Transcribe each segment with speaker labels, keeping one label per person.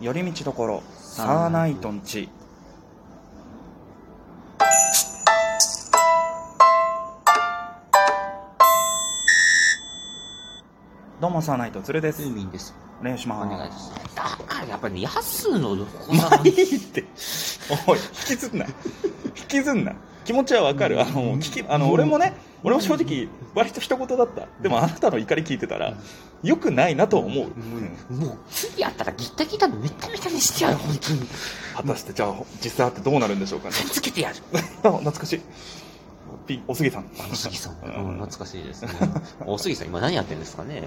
Speaker 1: 寄り道どころサーナイトンチどうもサーナイトつるです
Speaker 2: いいんです。
Speaker 1: お願いし
Speaker 2: お
Speaker 1: ます
Speaker 2: 願いします。だからやっぱり、ね、ヤスの横
Speaker 1: ま
Speaker 2: さ
Speaker 1: あ
Speaker 2: ん
Speaker 1: いいっておい引きずんな引きずんな気持ちはわかるあの聞きあの俺もね俺も正直割と一言だったでもあなたの怒り聞いてたらよくないなと思う、うん
Speaker 2: もう次やったらギタギタのめっためたにしてやる、本当に。
Speaker 1: 果たしてじゃあ実際会ってどうなるんでしょうかね
Speaker 2: 手つけてやる。
Speaker 1: あ懐かしいピおすぎさん
Speaker 2: おすぎさん。
Speaker 1: う
Speaker 2: う
Speaker 1: ん
Speaker 2: ん懐かしいですね。おすぎさん今何やってるんですかね。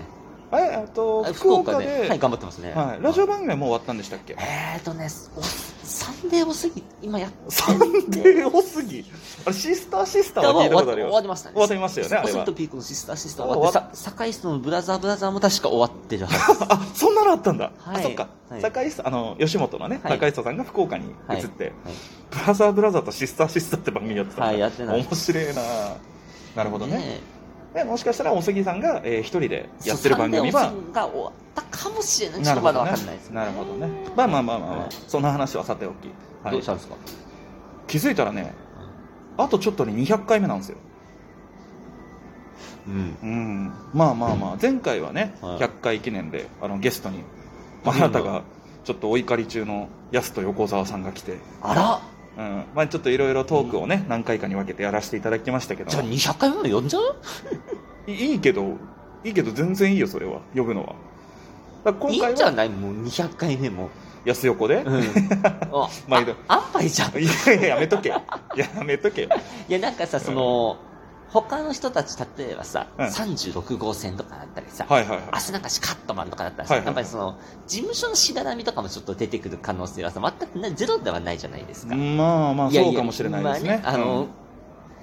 Speaker 1: えっと
Speaker 2: あ
Speaker 1: 福岡で
Speaker 2: はい、頑張ってますね。
Speaker 1: はい、ラジオ番組はもう終わったんでしたっけ
Speaker 2: えーとね、おサンデーおすぎ、今やっ
Speaker 1: サンデーおすぎあれシスターシスター
Speaker 2: た
Speaker 1: は
Speaker 2: は
Speaker 1: 聞い
Speaker 2: 終
Speaker 1: た
Speaker 2: わ
Speaker 1: ことある
Speaker 2: 終
Speaker 1: よ
Speaker 2: わりましたね。
Speaker 1: 終わりましたよねあれは
Speaker 2: おすぎとピークのシスターシスター終わって、
Speaker 1: 終わ
Speaker 2: さ堺市のブラザーブラザーも確か終わってるはず。
Speaker 1: あそんなのあったんだ、
Speaker 2: はい
Speaker 1: あそっか、
Speaker 2: はい
Speaker 1: 堺さんあの吉本のね、
Speaker 2: はい
Speaker 1: 堺下さんが福岡に移って、
Speaker 2: はい
Speaker 1: ブラザーブラザーとシスターシスターって番組やってたんだ
Speaker 2: はいやってた
Speaker 1: 面白いななるほどねでもしかしたらお杉さんが、えー一人でやってる番組
Speaker 2: そうサ
Speaker 1: は
Speaker 2: ンデーおすぎが終わったかもしれない。ちょ
Speaker 1: な
Speaker 2: っ
Speaker 1: る
Speaker 2: と
Speaker 1: ほ
Speaker 2: ま
Speaker 1: ど
Speaker 2: だわ
Speaker 1: ね
Speaker 2: かんないです。
Speaker 1: なるほどねまあまあまあまあ、まあ
Speaker 2: はい
Speaker 1: そんな話はさておき、はい
Speaker 2: どうしたんですか
Speaker 1: 気づいたらねあとちょっとで200回目なんですよ
Speaker 2: うん。
Speaker 1: うんまあまあまあ前回はね、
Speaker 2: はい
Speaker 1: 100回記念であのゲストに、
Speaker 2: うん
Speaker 1: まああなたがちょっとお怒り中のやすと横澤さんが来て、
Speaker 2: あら
Speaker 1: うんまあ、ちょっといろいろトークをね、何回かに分けてやらせていただきましたけど
Speaker 2: じゃあ200回目も呼んじゃう
Speaker 1: いいいけどいいけど全然いいよそれは呼ぶのはだから
Speaker 2: い
Speaker 1: 今
Speaker 2: い
Speaker 1: 回
Speaker 2: んじゃ
Speaker 1: は
Speaker 2: ないもう200回目も。
Speaker 1: 安横で、
Speaker 2: うん。あ
Speaker 1: 毎度、
Speaker 2: あんぱいじゃん。
Speaker 1: いやいややめ とけやめとけよ
Speaker 2: いや、なんかさ、その、他の人たち、例えばさ、
Speaker 1: うん
Speaker 2: 36号線とかだったりさ、
Speaker 1: はいはいはい
Speaker 2: 足なんかしカットマンとかだったらさ、
Speaker 1: はいはい
Speaker 2: や
Speaker 1: はい
Speaker 2: っぱりその、事務所のしがらみとかもちょっと出てくる可能性はさ、全くねゼロではないじゃないですか。
Speaker 1: まあまあ
Speaker 2: いやい
Speaker 1: そう
Speaker 2: や
Speaker 1: かもしれないですね,、
Speaker 2: まああの、
Speaker 1: うん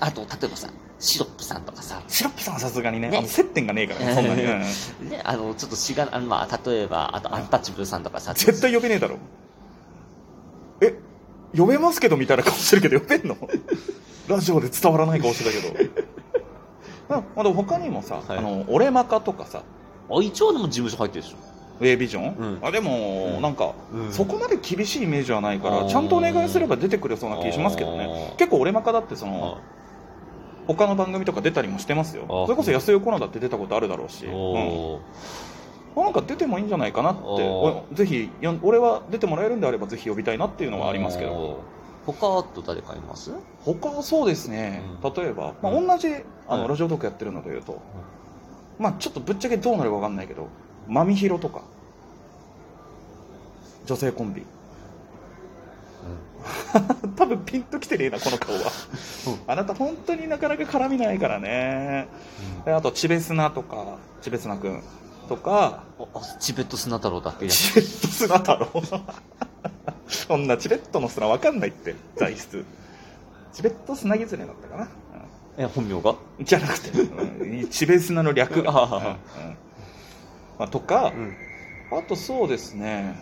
Speaker 2: あと、例えばさ、シロップさんとかさ、
Speaker 1: シロップさんはさすがにね
Speaker 2: ね
Speaker 1: あの接点がねえからねそんなに、うん
Speaker 2: ね、あの、ちょっとしがら、あのまあ、例えば、あと、アンタッチャブルさんとかさ、
Speaker 1: 絶対呼べねえだろえ呼べますけどみたいな顔してるけど呼べん のラジオで伝わらない顔してたけどうんまあでも他にもさ、
Speaker 2: はい
Speaker 1: あの俺マカとかさ
Speaker 2: あ、一応でも事務所入ってるでしょ。
Speaker 1: ウェイビジョン、
Speaker 2: うん
Speaker 1: あでも、
Speaker 2: うん
Speaker 1: なんか、
Speaker 2: うん
Speaker 1: そこまで厳しいイメージはないから
Speaker 2: あー
Speaker 1: ちゃんとお願いすれば出てくれそうな気しますけどね
Speaker 2: あー
Speaker 1: 結構俺マカだってそ
Speaker 2: あ
Speaker 1: の他の番組とか出たりもしてますよ
Speaker 2: あー
Speaker 1: それこそ安代コーナーだって出たことあるだろうし、うん
Speaker 2: おー
Speaker 1: なんか出てもいいんじゃないかなって
Speaker 2: あー
Speaker 1: おぜひよん俺は出てもらえるんであればぜひ呼びたいなっていうのはありますけど
Speaker 2: ど。他、あと誰かいます
Speaker 1: 他はそうですね、
Speaker 2: うん
Speaker 1: 例えば、まあ、
Speaker 2: うん
Speaker 1: 同じあの、
Speaker 2: はい
Speaker 1: ラジオトークやってるのでいうと、まあ、ちょっとぶっちゃけどうなるか分かんないけどマミヒロとか女性コンビ 多分ピンときてねえなこの顔は、
Speaker 2: うん
Speaker 1: あなた本当になかなか絡みないからねであとチベスナとかチベスナ君とか
Speaker 2: ああチベット砂太郎だっけ
Speaker 1: チベット砂太郎 そんなチベットの砂分かんないって材質チベット砂狐だったかな、うん
Speaker 2: え本名が
Speaker 1: じゃなくて、うんチベスナの略
Speaker 2: ああ
Speaker 1: うんうんまあ、とか
Speaker 2: う、ん
Speaker 1: あとそうですね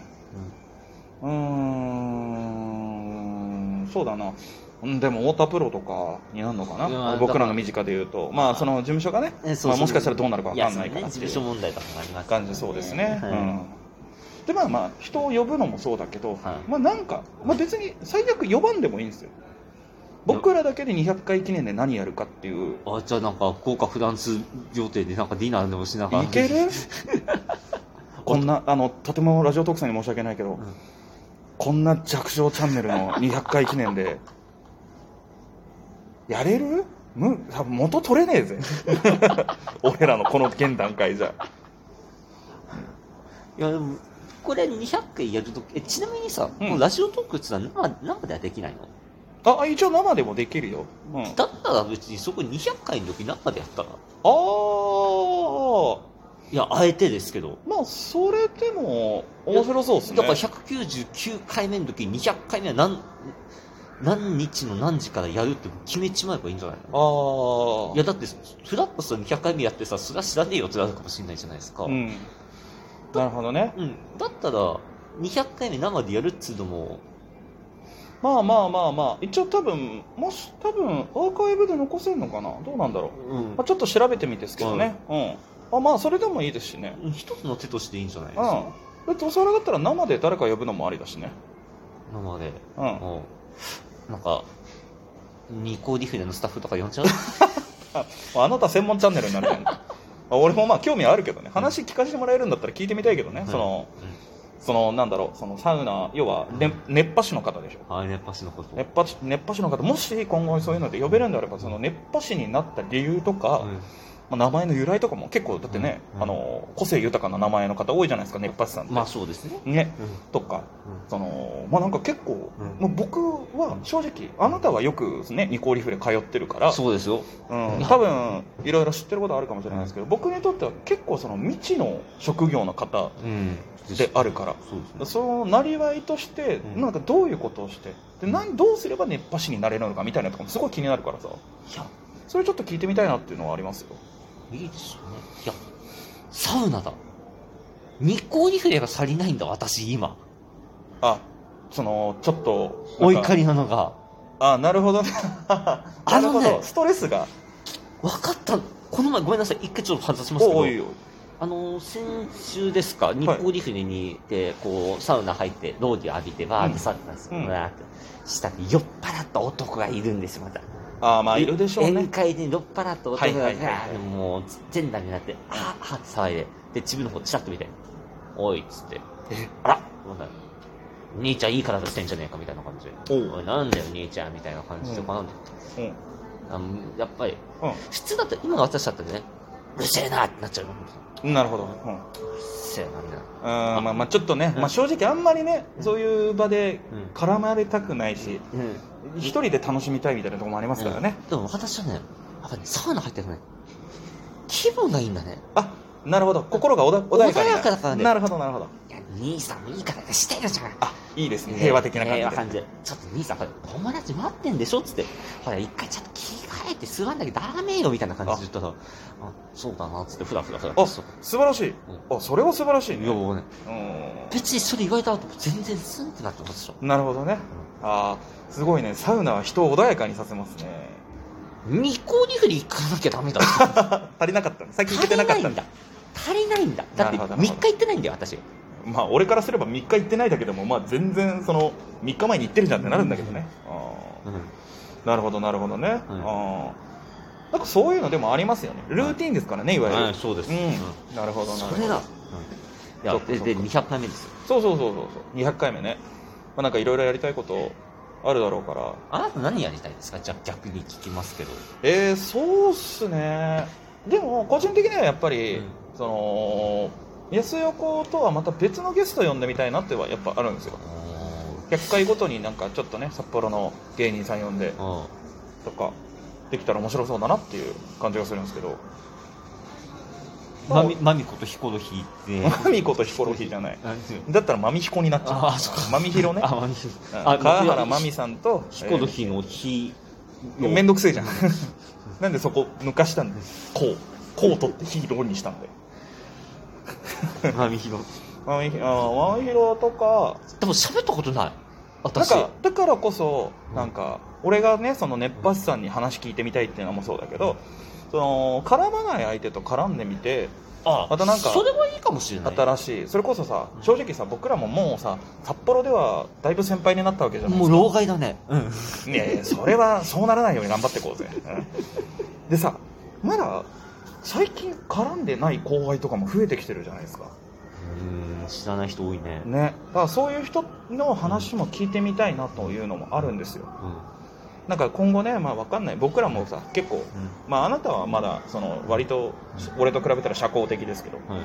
Speaker 1: うーんそうだなうんでも太田プロとかになるのか
Speaker 2: いや
Speaker 1: な僕ら
Speaker 2: だから
Speaker 1: の身近で言うとまあその事務所がね
Speaker 2: えそうそう
Speaker 1: まあもしかしたらどうなるかわかんないから
Speaker 2: や
Speaker 1: って
Speaker 2: そう
Speaker 1: い
Speaker 2: ね事務
Speaker 1: う
Speaker 2: 所問題とかもありますから
Speaker 1: 感じそうですね、
Speaker 2: はい
Speaker 1: うんでまあまあ人を呼ぶのもそうだけど、
Speaker 2: はい
Speaker 1: まあなんか、まあ、別に最悪呼ばんでもいいんですよ僕らだけで200回記念で何やるかっていう
Speaker 2: あじゃあなんか豪華フランス料亭でなんかディナーでもしながら
Speaker 1: いける こんなあのとてもラジオ特産に申し訳ないけど、
Speaker 2: ん
Speaker 1: こんな弱小チャンネルの200回記念でやれるむ多分元取れねえぜ 俺らのこの現段階じゃ
Speaker 2: いやでもこれ200回やるとえちなみにさ、
Speaker 1: うん
Speaker 2: このラジオトークってのは生生ではできないの
Speaker 1: あ一応生でもできるよ、うん、あ
Speaker 2: だったら別にそこ200回の時生でやったら
Speaker 1: あ
Speaker 2: いやあえてですけど
Speaker 1: まあそれでも面白そうですね
Speaker 2: だから199回目の時200回目は何何日の何時からやるって決めちまえばいいんじゃないの
Speaker 1: ああ
Speaker 2: いやだってフラッとその200回目やってさそれは知らねえよってなるかもしれないじゃないですか、
Speaker 1: うんなるほどね
Speaker 2: うんだったら200回目生でやるっつうのも
Speaker 1: まあまあまあまあ一応多分もし多分アーカイブで残せるのかなどうなんだろう、
Speaker 2: うん
Speaker 1: まあ、ちょっと調べてみてですけどね、うんあまあそれでもいいですしね
Speaker 2: 一つの手としていいんじゃないです
Speaker 1: うん
Speaker 2: か、
Speaker 1: れってお皿だったら生で誰か呼ぶのもありだしね
Speaker 2: 生で、
Speaker 1: うん
Speaker 2: もうなんかニコディフィネのスタッフとか呼んじゃう
Speaker 1: ああなた専門チャンネルになるじゃんあ俺もまあ興味あるけどね話聞かせてもらえるんだったら聞いてみたいけどね、そのそのなんだろうそのサウナ要は、ね熱波師の方でしょ
Speaker 2: うんはい熱波師のこと
Speaker 1: 熱波師熱波師の方もし今後そういうので呼べるんであればその熱波師になった理由とか、
Speaker 2: うん
Speaker 1: まあ、名前の由来とかも結構だってね、
Speaker 2: うんうん
Speaker 1: あの個性豊かな名前の方多いじゃないですか熱波師さんって、
Speaker 2: まあそうですね
Speaker 1: ね
Speaker 2: うん
Speaker 1: とかそのまあなんか結構、
Speaker 2: うん
Speaker 1: もう僕は正直あなたはよくねニコーリフレ通ってるから
Speaker 2: そうですよ
Speaker 1: うん、多分いろいろ知ってることあるかもしれないですけど僕にとっては結構その未知の職業の方
Speaker 2: うん
Speaker 1: であるから
Speaker 2: そうですね
Speaker 1: そのなりわいとして
Speaker 2: うん
Speaker 1: なんかどういうことをしてでなんどうすれば熱波師になれるのかみたいなとかもすごい気になるからさ
Speaker 2: いや
Speaker 1: それちょっと聞いてみたいなっていうのはありますよ
Speaker 2: いいですよねいやサウナだ日光リフレが足りないんだ私今
Speaker 1: あそのちょっと
Speaker 2: お
Speaker 1: なんか
Speaker 2: 怒りなのが
Speaker 1: あなるほ どねなるほ
Speaker 2: あの
Speaker 1: ど
Speaker 2: ね
Speaker 1: ストレスが
Speaker 2: 分かったこの前ごめんなさい一回ちょっと話しますけど
Speaker 1: 多いよ
Speaker 2: あのー先週ですか、日光リフレに行って、こう、サウナ入って、ローディ浴びて、バーって去ったんですよ、
Speaker 1: うん
Speaker 2: わーって。したら、酔っ払った男がいるんですよ、また。
Speaker 1: あまあいるでしょう
Speaker 2: 宴
Speaker 1: ね
Speaker 2: 会で酔っ払った男が、
Speaker 1: はいはいはいはい
Speaker 2: もう、全裸になって、あーあーって騒いで、で、自分の方、チラッと見て、おいっつって、あらなんだ兄ちゃんいい体してんじゃねえかみたいな感じで。
Speaker 1: おう
Speaker 2: おい、なんだよ、兄ちゃんみたいな感じで、
Speaker 1: うん
Speaker 2: こうなんで、
Speaker 1: うんうん
Speaker 2: あのやっぱり、普通だったら、今の私だったらね、うるせえなってなっちゃうの。う
Speaker 1: うんなるほど、うん
Speaker 2: るせえな、みたいな。
Speaker 1: あーまあまあちょっとね、
Speaker 2: うん
Speaker 1: まあ、正直あんまりねそういう場で
Speaker 2: うん
Speaker 1: 絡まれたくないし
Speaker 2: うん
Speaker 1: 一人で楽しみたいみたいなところもありますからね、
Speaker 2: でも私はね、やっぱりサウナ入ってるとね、気分がいいんだね。
Speaker 1: あなるほど心がおだ穏やかにな
Speaker 2: 穏やかだからね
Speaker 1: なるほどなるほど
Speaker 2: いや、兄さんもいい体してるじゃん。
Speaker 1: あいいですね平和的な感じ
Speaker 2: 平
Speaker 1: で
Speaker 2: 和感じで。ちょっと兄さん、ほら友達待ってんでしょっつって。ほら、一回ちゃんと着替えて座んなきゃダメよみたいな感じで言ったら、あそうだなっつって、ふらふらふら。
Speaker 1: あ
Speaker 2: そう
Speaker 1: 素晴らしい、あそれは素晴らしい
Speaker 2: い
Speaker 1: ね
Speaker 2: や、もうね、
Speaker 1: う
Speaker 2: 別にそれ言われた後、全然スンってなってますよ。
Speaker 1: んなるほどねあーすごいねサウナは人を穏やかにさせますね
Speaker 2: ニコニフリ行かなきゃダ メだって。
Speaker 1: 足りなかったね最近行
Speaker 2: 足
Speaker 1: けて
Speaker 2: り
Speaker 1: なか
Speaker 2: な
Speaker 1: っ
Speaker 2: い
Speaker 1: た
Speaker 2: んだ。足りないんだ。だって、
Speaker 1: なるほど
Speaker 2: 3日行ってないんだよ、私。
Speaker 1: まあ俺からすれば3日行ってないだけでもまあ全然その3日前に行ってるじゃんってなるんだけどね、あー
Speaker 2: うん。
Speaker 1: なるほどなるほどね、ああーなんかそういうのでもありますよねルーティンですからね、い、わゆる、
Speaker 2: はいそうです
Speaker 1: うん
Speaker 2: う
Speaker 1: なるほどなるほど
Speaker 2: それだ。いや
Speaker 1: そっか
Speaker 2: で
Speaker 1: そっ
Speaker 2: で
Speaker 1: か
Speaker 2: 200回目ですよ
Speaker 1: そうそうそうそうそう200回目ね、まあ、なんかいろいろやりたいことあるだろうから
Speaker 2: あなた何やりたいですかじゃあ逆に聞きますけど
Speaker 1: えー、そうっすねでも個人的にはやっぱり、
Speaker 2: うん
Speaker 1: その安横とはまた別のゲスト呼んでみたいなってはやっぱあるんですよ100回ごとになんかちょっとね札幌の芸人さん呼んで
Speaker 2: うん
Speaker 1: とかできたら面白そうだなっていう感じがするんですけど
Speaker 2: まみまみことヒコロヒーって
Speaker 1: マミコとヒコロヒーじゃない
Speaker 2: なんですよ
Speaker 1: だったらマミヒコになっちゃう
Speaker 2: あーそっか
Speaker 1: マミヒロね
Speaker 2: あまみ
Speaker 1: うん
Speaker 2: あ
Speaker 1: 川原
Speaker 2: ま
Speaker 1: マ
Speaker 2: み
Speaker 1: ミさんと
Speaker 2: ヒコロヒーのヒ
Speaker 1: えーめんどくせえじゃんなんでそこ抜かしたんでこうこう取ってヒーローにしたんで
Speaker 2: まみヒロ
Speaker 1: マミヒあーマミヒロとか
Speaker 2: でも喋ったことない
Speaker 1: なん
Speaker 2: 私
Speaker 1: かだからこそ
Speaker 2: うん
Speaker 1: なんか俺がねその熱波師さんに話聞いてみたいっていうのもそうだけどその絡まない相手と絡んでみて
Speaker 2: あ
Speaker 1: またなんか
Speaker 2: それはいいかもしれない
Speaker 1: 新しいそれこそさ
Speaker 2: うん
Speaker 1: 正直さ僕らももうさ札幌ではだいぶ先輩になったわけじゃないです
Speaker 2: も
Speaker 1: か
Speaker 2: う老害だねうん
Speaker 1: いやいやそれはそうならないように頑張っていこうぜ、うんでさまだ最近絡んでない後輩とかも増えてきてるじゃないですか
Speaker 2: 知らない人多いね
Speaker 1: ねだからそういう人の話も聞いてみたいなというのもあるんですよ
Speaker 2: うん
Speaker 1: なんか今後ねまあわかんない僕らもさ結構
Speaker 2: うん
Speaker 1: まああなたはまだその割と俺と比べたら社交的ですけど
Speaker 2: はい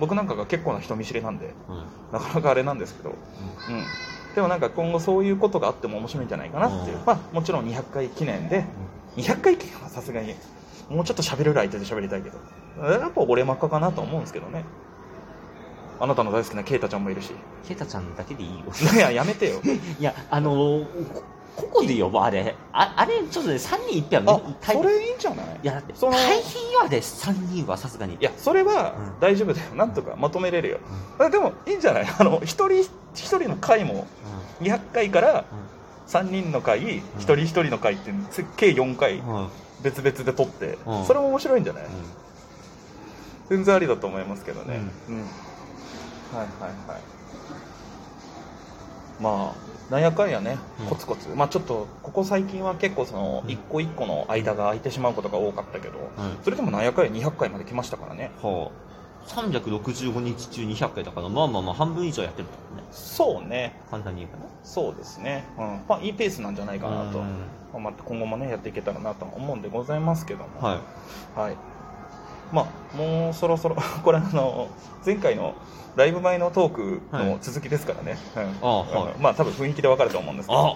Speaker 1: 僕なんかが結構な人見知りなんで
Speaker 2: うんうん
Speaker 1: なかなかあれなんですけどうんでもなんか今後そういうことがあっても面白いんじゃないかなっていう、
Speaker 2: うん
Speaker 1: まあもちろん200回記念で200回記念はさすがにもうちょっと喋れる相手で喋りたいけどやっぱ俺真っ赤かなと思うんですけどねあなたの大好きなケイタちゃんもいるし
Speaker 2: ケイタちゃんだけでいいよ
Speaker 1: いややめてよ
Speaker 2: いや、あのー、こここでよ、もうあれ。ああれ、ちょっとね、3人いっぺんは
Speaker 1: あ
Speaker 2: ね大
Speaker 1: それいいんじゃない
Speaker 2: いや、だって、
Speaker 1: その
Speaker 2: 大変よ、あれ、3人はさすがに。
Speaker 1: いやそれは
Speaker 2: うん
Speaker 1: 大丈夫だよなんとかまとめれるよあでもいいんじゃない あの一人一人の回も
Speaker 2: う
Speaker 1: 200回から
Speaker 2: ん、
Speaker 1: 3人の回一人一人の回ってつ計4回
Speaker 2: うん、うん、
Speaker 1: 別々で撮って
Speaker 2: うん
Speaker 1: それも面白いんじゃない全然ありだと思いますけどね、うんはいはいまあなんやかんやね
Speaker 2: うん
Speaker 1: コツコツ、まあちょっとここ最近は結構その
Speaker 2: うん
Speaker 1: 一個一個の間が空いてしまうことが多かったけど
Speaker 2: うん
Speaker 1: それでもなんやかんや200回まで来ましたからね
Speaker 2: はあ、365日中200回だから、まあまあまあ、半分以上やってるからね。
Speaker 1: そうね
Speaker 2: 簡単に言うかな。
Speaker 1: そうですね、うんまあ、いいペースなんじゃないかなと、
Speaker 2: う
Speaker 1: ま
Speaker 2: ん
Speaker 1: あまた今後もねやっていけたらなとは思うんでございますけども
Speaker 2: はい。
Speaker 1: はいまあもうそろそ ろこれあの前回のライブ前のトークの続きですからね、うん
Speaker 2: あはい
Speaker 1: のまあ多分雰囲気でわかると思うんですけど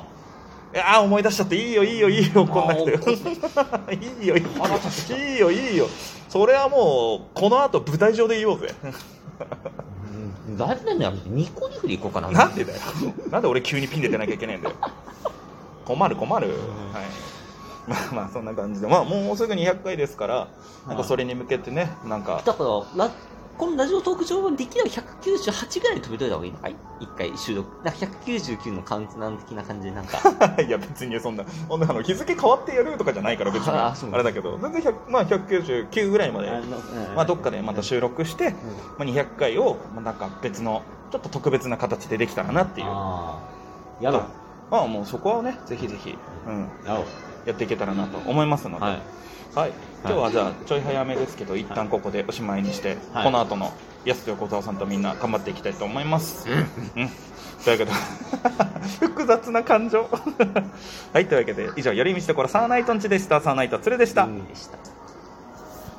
Speaker 2: あ
Speaker 1: いやー思い出しちゃっていいよいいよいいよこんなことよ いいよいいよ
Speaker 2: 腹立つ
Speaker 1: いいよいいよそれはもうこの後舞台上で言おうぜ
Speaker 2: うんだいぶね、ニコニコでいこうかな。
Speaker 1: なんでだよ なんで俺急にピンで出なきゃいけないんだよ困る困る、
Speaker 2: ん
Speaker 1: はい まあまあそんな感じでまあもうすぐ200回ですからなんかそれに向けてねなんか
Speaker 2: だから、ラこのラジオトーク上はできれば198ぐらいに飛びといた方がいいのかい一回収録。なんか199のカウントダウン的な感じで、なんか。
Speaker 1: いや別にそんなそんなあの日付変わってやるとかじゃないから別に
Speaker 2: あ
Speaker 1: あ
Speaker 2: そう
Speaker 1: れだけど全然100、まあ、199ぐらいまでまあ、どっかでまた収録して、まあ、200回をまあなんか別のちょっと特別な形でできたらなっていう
Speaker 2: ああ。やろう。
Speaker 1: まあもうそこはねぜひぜひ、うん、
Speaker 2: やろ
Speaker 1: やっていけたらなと思いますの
Speaker 2: う。
Speaker 1: で、
Speaker 2: は
Speaker 1: はい
Speaker 2: い。
Speaker 1: 今日はじゃあちょい早めですけど一旦ここでおしまいにして、
Speaker 2: はい
Speaker 1: この後のやすと横澤さんとみんな頑張っていきたいと思います、うん、というわけで 複雑な 感情はいというわけで以上「寄り道所サーナイトンチ」でしたサーナイトツルでした、
Speaker 2: うんでした。